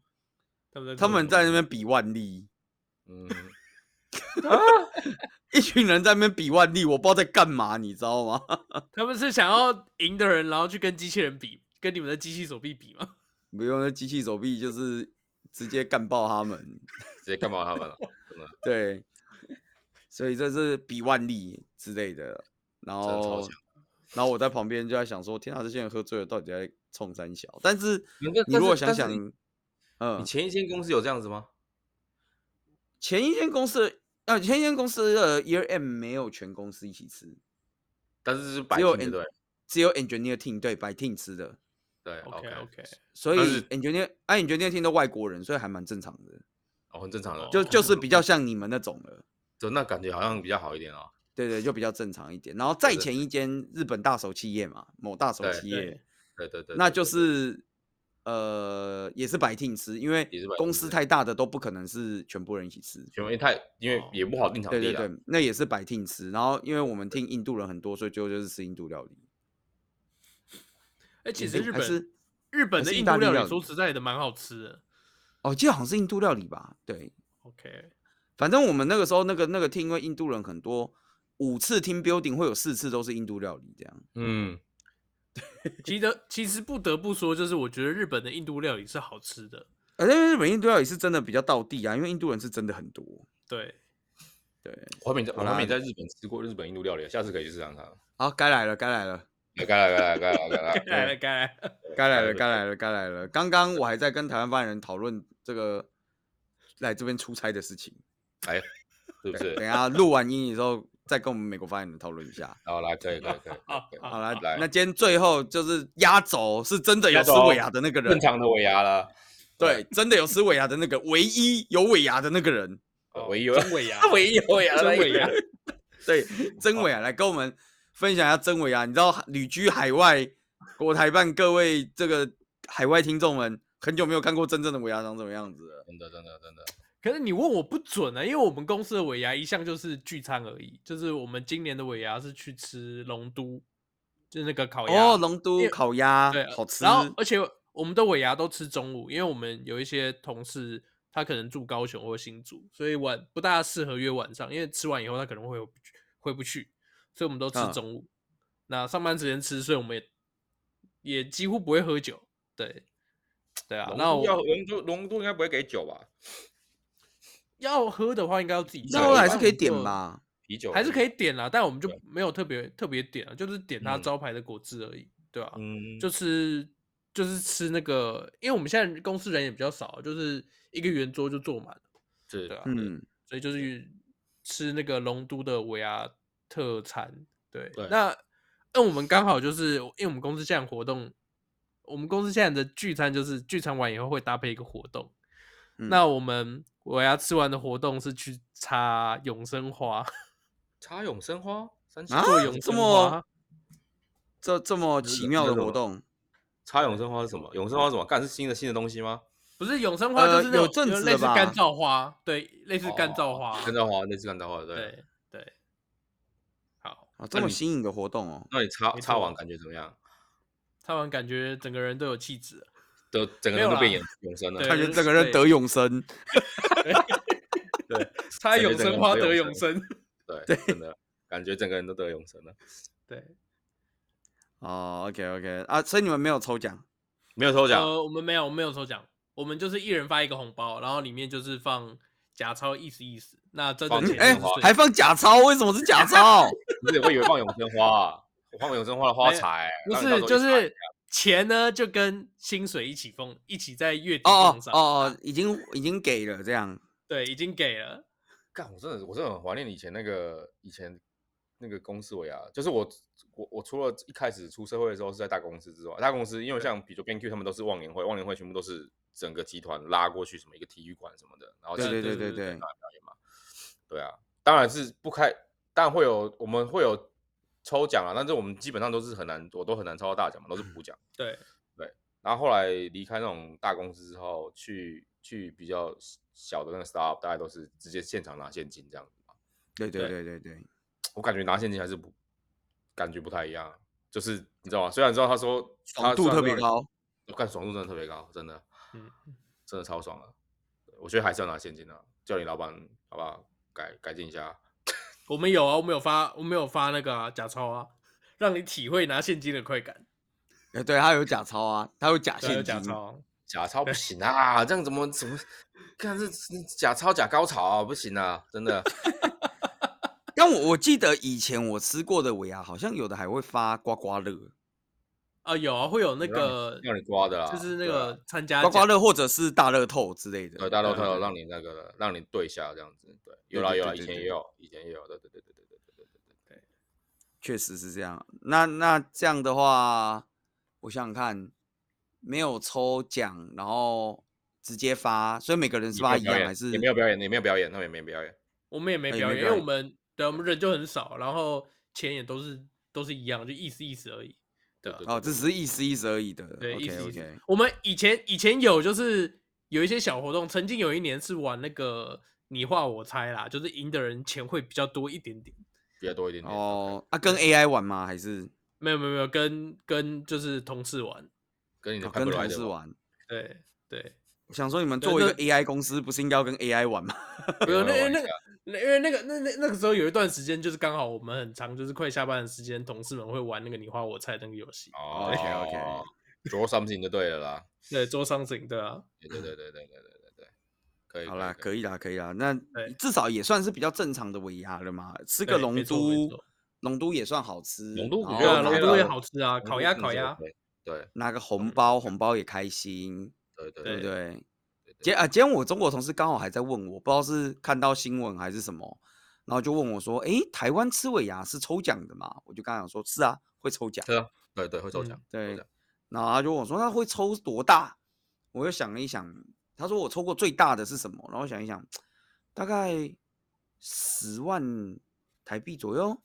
A: 他们
B: 他
A: 做
B: 们
A: 什么
B: 在那边比腕力，
C: 嗯，
B: 一群人在那边比腕力，我不知道在干嘛，你知道吗？
A: 他们是想要赢的人，然后去跟机器人比，跟你们的机器手臂比吗？
B: 不用那机器手臂，就是直接干爆他 们。
C: 直接干爆他们了，
B: 对，所以这是比腕力之类的。然
C: 真的超
B: 后
C: 强，
B: 然后我在旁边就在想说，天啊，这些人喝醉了到底在冲三小？但是
C: 那
B: 你
C: 但
B: 如果
C: 是
B: 想
C: 但是
B: 想
C: 你，
B: 嗯
C: 你，前一间公司有这样子吗？
B: 前一间公司的，呃，前一间公司的 Year M 没有全公司一起吃，
C: 但是是白
B: 只有
C: 金的
B: en-
C: 对
B: 只有 Engineer Team 对白 Team 吃的，
C: 对
A: OK OK，
B: 所以
C: 但是
B: Engineer 啊 Engineer Team 都外国人，所以还蛮正常的，
C: 哦很正常的，
A: 哦
B: 就
A: 哦
B: 就是比较像你们那种了。
C: 就那感觉好像比较好一点啊。
B: 对对，就比较正常一点。然后再
C: 对对
B: 前一间日本大手企业嘛，某大手
C: 对
B: 企
A: 对
B: 业，
C: 对对对，
B: 那
C: 对
B: 就
C: 对
B: 是呃也是白 team 吃，因为
C: 也是白 team
B: 公司
C: 吃
B: 太大的都不可能是全部人一起吃。
C: 全为太因为
A: 哦
C: 也不好定场
B: 对
C: 地
B: 对
C: 啊，
B: 对，那也是白 team 吃。然后因为我们听印度人很多，所以最后就是吃印度料理。
A: 哎，其
B: 也
A: 实日
B: 是嗯还
A: 本
B: 是
A: 日本
B: 还
A: 的
B: 是意
A: 印
B: 大
A: 度
B: 利
A: 料
B: 料
A: 理，
B: 理
A: 说实在的蛮好吃的。
B: 哦，记得好像是印度料理吧？对，
A: OK，
B: 反正我们那个时候那个那个厅，因为印度人很多，五次厅 building 会有四次都是印度料理这样。
C: 嗯，
A: 其实其实不得不说，就是我觉得日本的印度料理是好吃的。
B: 呃而且日本印度料理是真的比较道地啊，因为印度人是真的很多。
A: 对，
B: 对，
C: 我还没在，
B: 好
C: 我还没
B: 啦
C: 在日本吃过日本印度料理，下次可以去试尝尝。
B: 好，该来了，该来了，
C: 该来该来该来该来
A: 该 来了，该来了。
B: 该来了，
C: 对
B: 该来了，该来了。刚刚我还在跟台湾发言人讨论这个来这边出差的事情，
C: 哎，是不
B: 对，
C: 是
B: 等？一下录完音以后再跟我们美国发言人讨论一下。
C: 好，来，可以可以可以，可 以
B: 好啦，
C: 来
B: 那今天最后就是压轴，是真的有
C: 压
B: 吃
C: 轴
B: 尾牙的那个人
C: 正，常的尾牙 啦，
B: 对，真的有吃尾牙的那个，唯一有尾牙的那个人，
C: 呃
A: 哦
C: 唯一有
A: 真尾牙，
C: 唯一有尾牙的
A: 真
C: 那个
A: 尾牙
C: 人，，
B: 对，曾伟啊，来跟我们分享一下曾伟啊。你知道海旅居海外国台办各位这个海外听众们，很久没有看过真正的伟牙长什么样子了。
C: 真的真的真的，
A: 可是你问我不准啊，因为我们公司的尾牙一向就是聚餐而已，就是我们今年的尾牙是去吃龙都，就是那个烤鸭
B: 哦，龙都
A: 为
B: 烤鸭
A: 对，啊
B: 好吃，
A: 然后而且我们的尾牙都吃中午，因为我们有一些同事他可能住高雄或新竹，所以晚不大适合约晚上，因为吃完以后他可能会回不去回不去，所以我们都吃
B: 嗯
A: 中午。那上班时间吃，所以我们也也几乎不会喝酒。对，对啊，
C: 龙
A: 那
C: 都
A: 我
C: 要龙都龙都应该不会给酒吧？
A: 要喝的话，应该要自己
B: 那
A: 叫
B: 后
A: 一
B: 来
A: 般
B: 是
A: 我
B: 可以
A: 们
B: 点
A: 就
B: 吧？
C: 啤酒
A: 还是可
C: 以，
A: 以点啦，但我们就
C: 对
A: 没有特别特别点啊，就是点它
C: 嗯
A: 招牌的果汁而已，对啊吧、
C: 嗯，
A: 就
C: 就
A: 吃就是吃那个，因为我们现在公司人也比较少，就是一个圆桌就坐满了，
C: 是
A: 对啊
B: 嗯，
A: 所以就是吃那个龙都的维亚特餐。对，
C: 对
A: 那那我们刚好就是因为我们公司现在活动，我们公司现在的聚餐就是聚餐完以后会搭配一个活动。
B: 嗯
A: 那我们维亚吃完的活动是去插永生花，
C: 茶永生花，三
B: 啊
A: 做永
B: 这
A: 生
B: 么
A: 花。
B: 这这么
C: 这是
B: 奇
C: 什
B: 妙
C: 这
B: 的
C: 是什
B: 活
C: 么
B: 动，
C: 茶永生花是什么？永生花是什么？干是新的新的东西吗？
A: 不是永生花，就
B: 呃
A: 是那
B: 有
A: 种
B: 阵子
A: 类
B: 了
A: 似干
B: 吧
A: 燥花，对，类似干燥
C: 哦
A: 花，
C: 干燥花类似干燥花，对。
A: 啊
C: 啊
A: 对对，好，
B: 啊，这
C: 那
B: 么
C: 你
B: 新颖的活动哦。
C: 那你擦
A: 没
C: 擦
A: 错
C: 完感觉怎么样？
A: 唱完感觉整个人都有气质了。
C: 都整个
A: 没
C: 人
A: 有
C: 都变
A: 啦
C: 永永生了
A: 对，
B: 感觉
A: 就是
B: 整个人
A: 对
B: 得永生，
C: 对
A: 插
C: 整个
A: 永
C: 整个
A: 生
C: 人
A: 花
C: 都
A: 得
C: 永
A: 永生，
C: 对，真的感觉整个人都得永生了。
A: 对，
B: 哦，OK OK 啊，所以你们没有抽奖，
C: 没有抽奖，
A: 呃，我们没有，我们没有抽奖，我们就是一人发一个红包，然后里面就是放假钞意思意思。那真的
C: 放
A: 钱
C: 嗯
B: 哎
A: 就是
C: 花
A: 水
B: 还放假钞，为什么是假钞？哦
C: 不是我以为放永生花啊，我放永生花的花
A: 没有
C: 财，
A: 不
C: 让你到
A: 是
C: 时候
A: 就
C: 去采
A: 是钱呢，就跟薪水一起封，一起在月底
B: 哦
A: 奉
B: 哦
A: 上。
B: 哦哦，已经已经给了这样，
A: 对，已经给了。
C: 干，我真的是我真的很怀念以前那个以前那个公司尾牙，就是我我我除了一开始出社会的时候是在大公司之外，大公司因为像比如 BenQ 他们都是忘年会，忘年会全部都是整个集团拉过去什么一个体育馆什么的，然后
B: 对
C: 是
B: 对
A: 哦对
B: 对
A: 对
B: 对
C: 在那表演嘛，对啊，当然是不开，当然会有我们会有抽奖啊，但是我们基本上都是很难，我都很难抽到大奖嘛，都是普奖。
A: 对，
C: 然后后来离开那种大公司之后，去去比较小的那个 startup，大概都是直接现场拿现金这样子嘛。
B: 对对对
A: 对
B: 对对，
C: 我感觉拿现金还是不感觉不太一样，就是你知道吗？虽然知道他说
B: 爽度特别，高。
C: 我看爽度真的特别高，真的，
A: 嗯，
C: 真的超爽了。我觉得还是要拿现金的、叫你老板好不好？改改进一下，
A: 我们有啊，我们有发，我们有发那个啊假钞啊，让你体会拿现金的快感。
B: 哎，对，他有假钞啊，他有假
A: 对啊，有
B: 现
A: 假
B: 金，
A: 钞，
C: 假钞不行啊，这样怎么怎么？看这这假钞假高潮啊，不行啊，真的
B: 但我我记得以前我吃过的尾牙，好像有的还会发刮刮乐，
A: 啊，有啊，会有那
C: 让你
A: 个，
C: 让你刮的啦
A: 就是那
C: 对啊
A: 个参加
B: 刮刮
A: 奖
B: 乐或者是大乐透之类的。
C: 对，大家都
A: 对
C: 看
A: 对
C: 到
A: 对
C: 让你那个了让你对一下这样子，对，
B: 对
C: 有啦
B: 对
C: 有
B: 对
C: 啦，以
B: 对
C: 前
B: 对
C: 也有，以前也有，对对对对对对对对对对。
B: 确实是这样。那那这样的话，我想想看，没有抽奖，然后直接发，所以每个人是
C: 也没
B: 发
C: 有
B: 一
C: 表
B: 样
C: 演
B: 还是
C: 也没有表演，也没有表演，他们也没表演。
A: 我们也没
B: 哎也
A: 表
B: 没
A: 演，因为
B: 表
A: 我
B: 演
A: 们对我们人就很少，然后钱也都是都是一样，就意思意思而已。对啊
C: 对
B: 哦，这只是意思意思而已的。
A: 对，意
B: OK
A: 思意
B: OK
A: 思。。我们以前以前有就是有一些小活动，曾经有一年是玩那个你画我猜啦，就是赢的人钱会比较多一点点。
C: 比较多一点点。OK，
B: 哦，啊，跟 AI 玩吗？还是
A: 没有没有没有，跟跟就是同事玩。
C: 跟你的
B: 哦
C: p i
B: 跟
C: p
B: 同事，玩？
A: 对对，
B: 我想说，你们
A: 对
B: 作为一
A: 那
B: 个 AI 公司，不是应该要跟 AI 玩吗？
A: 没有那
C: 玩
A: 那
C: 一
A: 个
C: 下
A: 那因为那个那那那个时候有一段时间，就是刚好我们很长，就是快下班的时间，同事们会玩那个你画我猜那个游戏。
C: 哦
B: OK，OK
C: draw something 就对了啦。
A: 对，做 something 对啊。
C: 对对对对对对对对对。可以。
B: 好啦，可
C: 可以
B: 以啦，可以啦，那至少也算是比较正常的尾牙了嘛。吃个
A: 对
B: 龙
A: 没错没
B: 都
A: 错，
B: 龙都也算好吃。
C: 龙都我
B: 然
C: 觉
A: 对
C: 得
A: 啊，
B: 后
A: 龙
B: 拿
C: OK
A: 都
B: 个
A: 也
C: 啦
A: 好吃啊，烤鸭烤鸭，
C: 对
B: 拿个红包，红包也开心，
C: 对对
B: 对不
C: 对
B: 对？
C: 对
B: 今天啊，今天我中国同事刚好还在问我，不知道是看到新闻还是什么，然后就问我说：“诶，台湾吃尾牙是抽奖的嘛？”我就跟他讲说：“是啊，会抽奖。
C: 对啊，对对会抽
A: 嗯
C: 奖，”
B: 对
C: 奖，
B: 然后他就问我说：“那会抽多大？”我又想了一想，他说我抽过最大的是什么？然后我想一想，大概十万台币左右。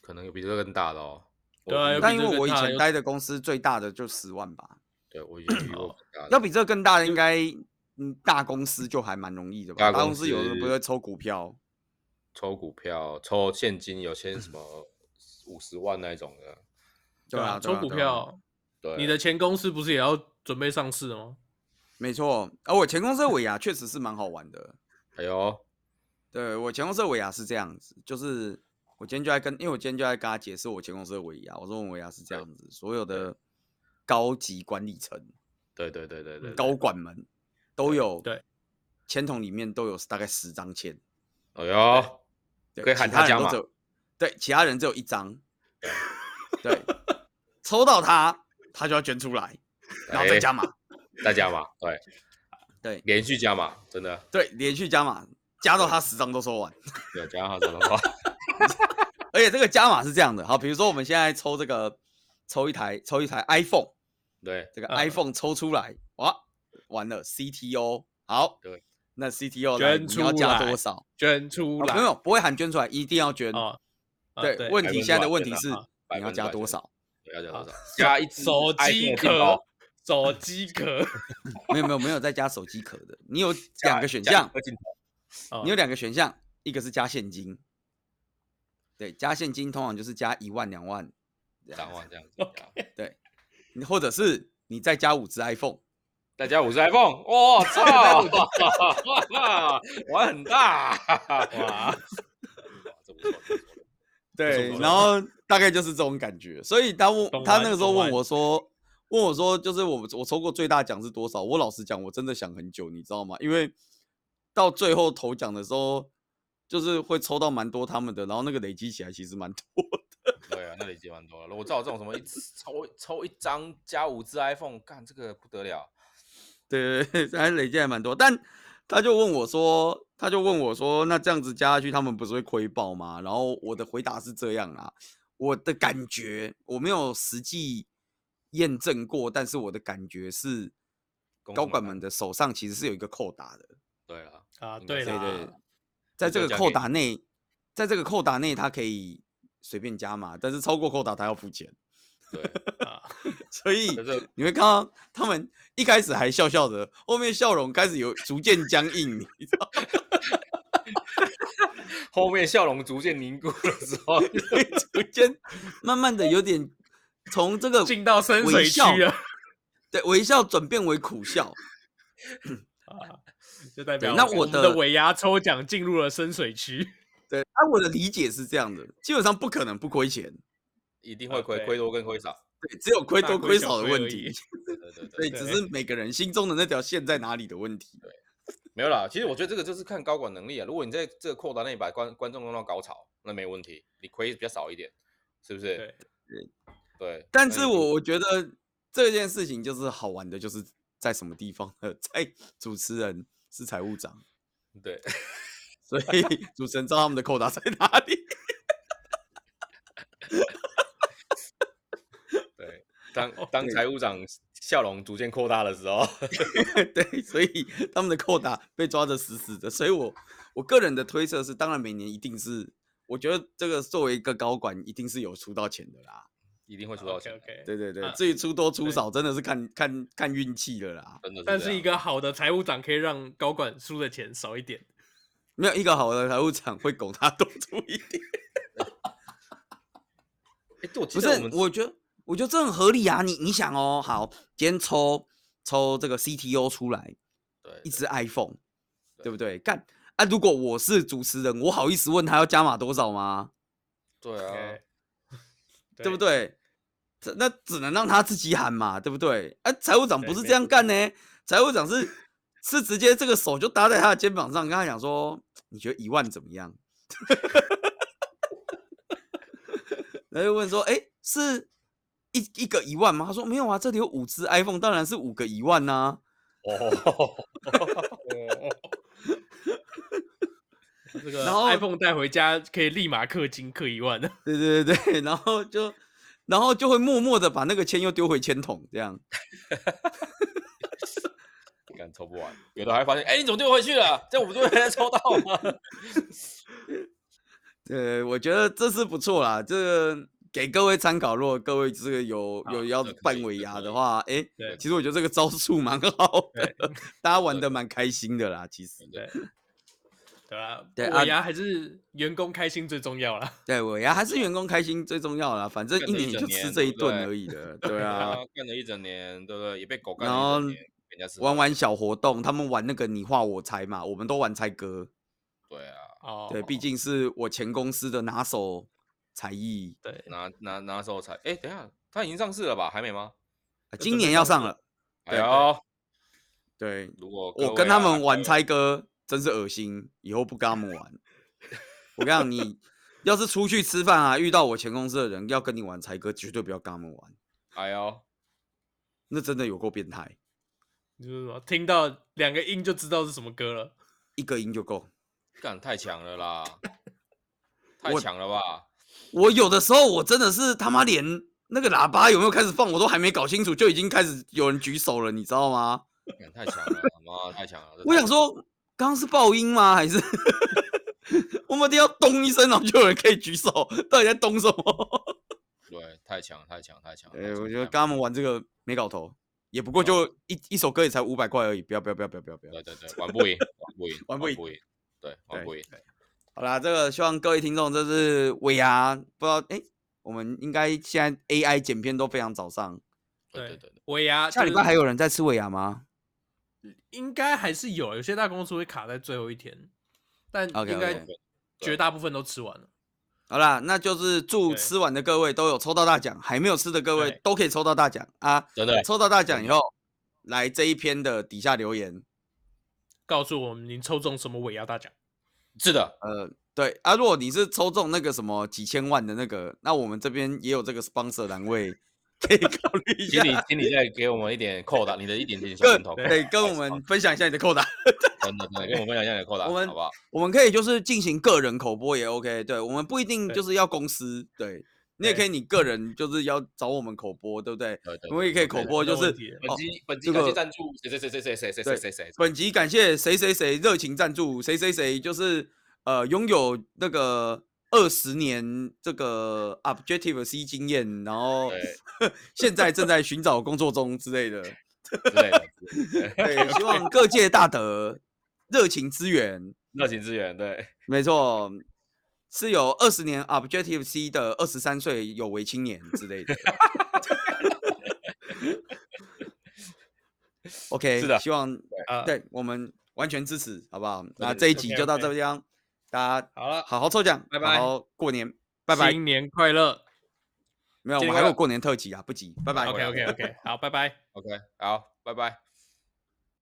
C: 可能有比这个更大的哦。我
A: 对啊
C: 遇
A: 有
C: 过
B: 但
A: 比
B: 因
A: 这
B: 为
A: 更
B: 我以
A: 大的
B: 前
A: 有
B: 待的公司最大的就十万吧，
C: 对我已经遇过更大
A: 啊
C: 的
B: 要比这更大的应该，嗯，大公司就还蛮容易的吧？
C: 大
B: 大公
C: 公
B: 司有的不
C: 司
B: 会抽股票，
C: 抽股票、抽现金，有些什么五十万那一种的。
B: 对啊，对
A: 抽
B: 啊
A: 股，
B: 对啊
A: 票，
C: 对，
A: 你的前公司不是也要准备上市了吗？
B: 没错。而我前公司的尾牙确实是蛮好玩的。
C: 哎呦，
B: 对我前公司的尾牙是这样子，就是我今天就在跟，因为我今天就在跟他解释我前公司的尾牙，我说我们尾牙是这
C: 对
B: 样子，所有的高级管理层、
C: 对对对对对，对
B: 嗯高，管们都
C: 对
B: 有，
A: 对，
B: 签筒里面都有大概十张签，
C: 哎呦，
B: 对，
C: 可以
B: 其
C: 喊
B: 他人
C: 他加
B: 都
C: 码
B: 只有，对，其他人只有一张，对，抽到他，他就要捐出来，然后再
C: 哎
B: 加码，
C: 再加码，对，
B: 对
C: 连续加码，真的，
B: 对，连续加码，加到他十张都抽完。
C: 对，加上他真的话，
B: 而且这个加码是这样的，好，比如说我们现在抽这个，抽一台，抽一台 iPhone，
C: 对，
B: 这个
A: 嗯
B: iPhone 抽出来，哇，完了 CTO，好，
C: 对，
B: 那 CTO 来
A: 捐
B: 你要
A: 出
B: 加
A: 来
B: 多少？
A: 捐出
B: 哦
A: 来
B: 没有，不会喊捐出来，一定要捐。
A: 啊？啊
B: 对，问
C: 哦嗯百
B: 题
C: 分之
B: 现在
C: 百
B: 的问
C: 捐
B: 题
C: 啊
B: 是
A: 啊
C: 百
B: 你要
C: 分之
B: 加
C: 百
B: 多
C: 捐
B: 少？
C: 对要加
A: 好
C: 多少？加一只
A: 手
C: iPhone
A: 机
C: 的
A: 壳
C: 面包，
A: 手机 壳，
B: 没有没有没有再加手机壳的，你有
C: 加
B: 两个选
C: 加一
B: 项，
C: 颗镜头
A: 啊
B: 你有两个选项，一个是加现金，对，加现金通常就是加一万两万，
C: 三万这样子，
B: 对，你或者是你再加五只 iPhone，
C: 再加五十 iPhone，我操， 玩很大，哇，这不错，这不错
B: 对，
C: 错
B: 然后大概就是这种感觉。所以他问
A: 懂
B: 他
A: 完
B: 那个时候
A: 懂
B: 问
A: 完
B: 我说，问我说，就是我我抽过最大奖是多少？我老实讲，我真的想很久，你知道吗？因为到最后投奖的时候，就是会抽到蛮多他们的，然后那个累积起来其实蛮多的。
C: 对啊，那里已经蛮多了。我知道这种什么一次抽抽一张加五只 iPhone，干这个不得了。
B: 对 对对，还累积还蛮多。但他就问我说，他就问我说，那这样子加下去，他们不是会亏爆吗？然后我的回答是这样啊，我的感觉我没有实际验证过，但是我的感觉是，
C: 公
B: 高
C: 司买
B: 管
C: 单
B: 们的手上其实是有一个扣打的，
C: 对了，
A: 啊，
C: 应该
A: 对
C: 是
B: 对
A: 啦，
B: 对，在
C: 就
B: 这个
C: 交
B: 扣
C: 给
B: 打内，在这个扣打内，他可以随便加嘛，但是超过扣打他要付钱，
C: 对，
A: 啊，
B: 所以
C: 可是
B: 你会看到他们一开始还笑笑的，后面笑容开始有逐渐僵硬，你知道吗。
C: 后面笑容逐渐凝固的时 候，
B: 会逐渐慢慢的有点从这个
A: 进到深水区 了，
B: 对微笑转变为苦笑。
A: 啊就代表
B: 那
A: 我
B: 我
A: 们
B: 的
A: 的尾牙抽奖进入了深水区，
B: 对，啊，我的理解是这样的，基本上不可能不亏钱，
C: 一定会
A: 对
C: 亏，亏多跟亏少。
B: 对，只有亏
A: 大
B: 多
A: 亏
B: 亏
A: 小
B: 少的
A: 亏
B: 问
A: 而
B: 题
A: 已，
C: 对对对对，
B: 对，只是每个人心中的那条线在哪里的问题。
C: 没有啦。其实我觉得这个就是看高管能力啊。如果你在这个扩大内把观观众弄到高潮，那没问题，你亏比较少一点，是不是？
A: 对，
C: 对。
B: 但
C: 那
A: 哎
B: 是
C: 你
B: 我我觉得这件事情就是好玩的，就是在什么地方呢？ 在主持人是财务长，
C: 对
B: 所以 主持人知道他们的扣打在哪里。
C: 对，当
A: 哦
C: 当财务长笑容逐渐扩大的时候，
B: 对，所以他们的扣打被抓得死死的。所以我我个人的推测是，当然每年一定是，我觉得这个作为一个高管，一定是有出到钱的啦。
C: 一定会出到
A: ，OK
C: 钱的，
A: OK，
B: 对对
C: 嗯
B: 对，
A: 啊
B: 至于出多出
A: 对
B: 少，真的是看看看运气了啦。
C: 真的。
A: 但是一
C: 个。
A: 个好的财务长可以让高管输的钱少一点，
B: 没有一个好的财务长会拱他 多出一点。
C: 哎，对我记
B: 不
C: 得
B: 是
C: 我们，
B: 我觉得我觉得这很合理啊。你你想哦，好，今天抽抽这个 CTO 出来，
C: 对
B: 一只 iPhone，
C: 对
B: 对不对？干啊！如果我是主持人，我好意思问他要加码多少吗？
C: 对啊
A: OK，，
B: 对不？对？这那只能让他自己喊嘛，对不对？哎、财务长不
A: 对
B: 是这
A: 没
B: 样
A: 错
B: 干呢，财务长是是直接这个手就搭在他的肩膀上，跟他讲说：“你觉得一万怎么样？” 然后就问说：“哎、是一一个一万吗？”他说：“没有啊，这里有五只 iPhone，当然是五个一万呐、
C: 哦，
A: 这个
B: 然后
A: iPhone 带回家可以立马氪金氪一万的，
B: 对对对对，然后就然后就会默默的把那个钱又丢回钱筒，这样。
C: 敢抽不完，有的还发现，哎、你怎么丢回去了？这样我们就会再抽到
B: 啊
C: 吗？
B: 呃，我觉得这是不错啦，这个给各位参考。如果各位这个有
C: 好
B: 有要
C: 这可
B: 办
C: 以
B: 尾
C: 这
B: 牙
C: 可
B: 的
C: 以
B: 话，哎、
A: 对
B: 其实我觉得这个招数蛮 好的
A: 对，
B: 大家
C: 好
B: 玩
C: 的
B: 的蛮开心的啦。其实，
A: 对 对啊，
B: 对
A: 尾
B: 啊
A: 牙还是员工开心最重要啦。
B: 对尾牙还是员工开心最重要啦，反正
C: 干
B: 一
C: 了一
B: 年也
C: 整
B: 就吃
C: 年
B: 这
C: 对
B: 一
C: 不
B: 顿
C: 对
B: 而已的，对
C: 啊
B: 啊。，
C: 干了一整年，对不对？也被狗干了
B: 然后
C: 一整年，人家 是
B: 玩玩小活动，他们玩那个你画我猜嘛，我们都玩猜歌。
C: 对啊，
A: 哦，
B: 对，毕竟是我前公司的拿手才艺，
A: 对，
C: 拿拿拿手才，哎、等一下，它已经上市了吧？还没吗？
B: 呃
A: 这
B: 今
A: 真的
B: 年要
A: 上
B: 上
A: 市
B: 了。
C: 哎
B: 对
C: 呦，
B: 对，
C: 如果各
B: 我
C: 位
B: 跟他
C: 啊
B: 们玩
C: 各位
B: 猜歌真是恶心，以后不跟他们 玩。我跟你讲，你要是出去吃饭啊，遇到我前公司的人要跟你玩猜歌，绝对不要跟他们玩，
C: 哎呦，
B: 那真的有够变态，
A: 就是说听到两个音就知道是什么歌了。
B: 一个音就够。
C: 干太强了啦， 太
B: 我
C: 强了吧？
B: 我有的时候我真的是他妈连那个喇叭有没有开始放我都还没搞清楚，就已经开始有人举手了，你知道吗？
C: 干太强了，妈太强了！这
B: 我
C: 太
B: 想
C: 强了，
B: 说，刚刚是爆音吗？还是 我们一定要咚一声，然后就有人可以举手？到底在咚什么？
C: 对，太强，太强，太强！
B: 对，
C: 太
B: 我
C: 强
B: 觉得跟
C: 太
B: 他们玩这个没搞头，也
A: 哦
B: 不过就一一首歌也才五百块而已，不要不要不要不要不要不要。，
C: 对对对，玩不赢，玩不赢
B: 玩不
C: 不
B: 赢
C: 赢，对，玩
B: 对
C: 不赢。
B: 好啦，这个希望各位听众，这是尾牙，不知道哎、我们应该现在 AI 剪片都非常早上，
C: 对对
A: 对
C: 对对，
A: 尾牙
B: 下礼
A: 啊就
B: 拜还有人在吃尾牙吗？
A: 应该还是有，有些大公司会卡在最后一天，但
B: OK，
A: 应该
B: OK
A: 绝大部分都吃完了。
B: 好啦，那就是祝
A: 对
B: 吃完的各位都有抽到大奖，还没有吃的各位
A: 对
B: 都可以抽到大奖啊！
C: 真的
B: 抽到大奖以后，来这一篇的底下留言，
A: 告诉我们您抽中什么尾牙大奖。
C: 是 的，
B: 呃，对啊，如果你是抽中那个什么几千万的那个，那我们这边也有这个 sponsor 栏位，可以考虑一
C: 请
B: 下
C: 你，请你再给我们一点扣打，你的一点点小
B: 跟
C: 甜头，
B: 对跟我们分享一下你的扣打，
C: 真的真的，跟我们分享一下你的扣打，
B: 我们
C: 好不好？
B: 我们可以就是进行个人口播也 OK，对我们不一定
A: 对
B: 就是要公司，对你也可以你个人就是要找我们口播，对不对？
C: 对对
B: 我们也可以口播，就
A: 没有
B: 是
A: 问题
C: 本
B: 哦
C: 集本
B: 这
C: 集感
B: 个
C: 谢赞助谁谁谁谁谁谁谁谁谁，
B: 本集感谢谁谁谁热情赞助，谁谁谁就是呃拥有那个二十年这个 Objective C 经验，然后
C: 对
B: 现在正在寻找工作中之类的。
C: 之类的，对
B: 对，希望各界大德热情支援，
C: 热情支 援，对，
B: 没错，是有二十年 Objective C 的二十三岁有为青年之类的。OK，
C: 是的
B: 希望
A: 啊，
B: 对我们完全支持，好不好？那
C: 对
B: 这一集就到
A: OK，OK
B: 这个地方，大家
A: 好了，
B: 好好抽奖，
A: 拜拜
B: 好好过年，拜拜。
A: 新年快乐。
B: 没有，我
C: 新
B: 们
C: 年快
B: 还有
C: 乐
B: 过年特辑啊，不急，拜拜。
A: OK OK OK，好，拜拜。
C: OK，好，拜拜。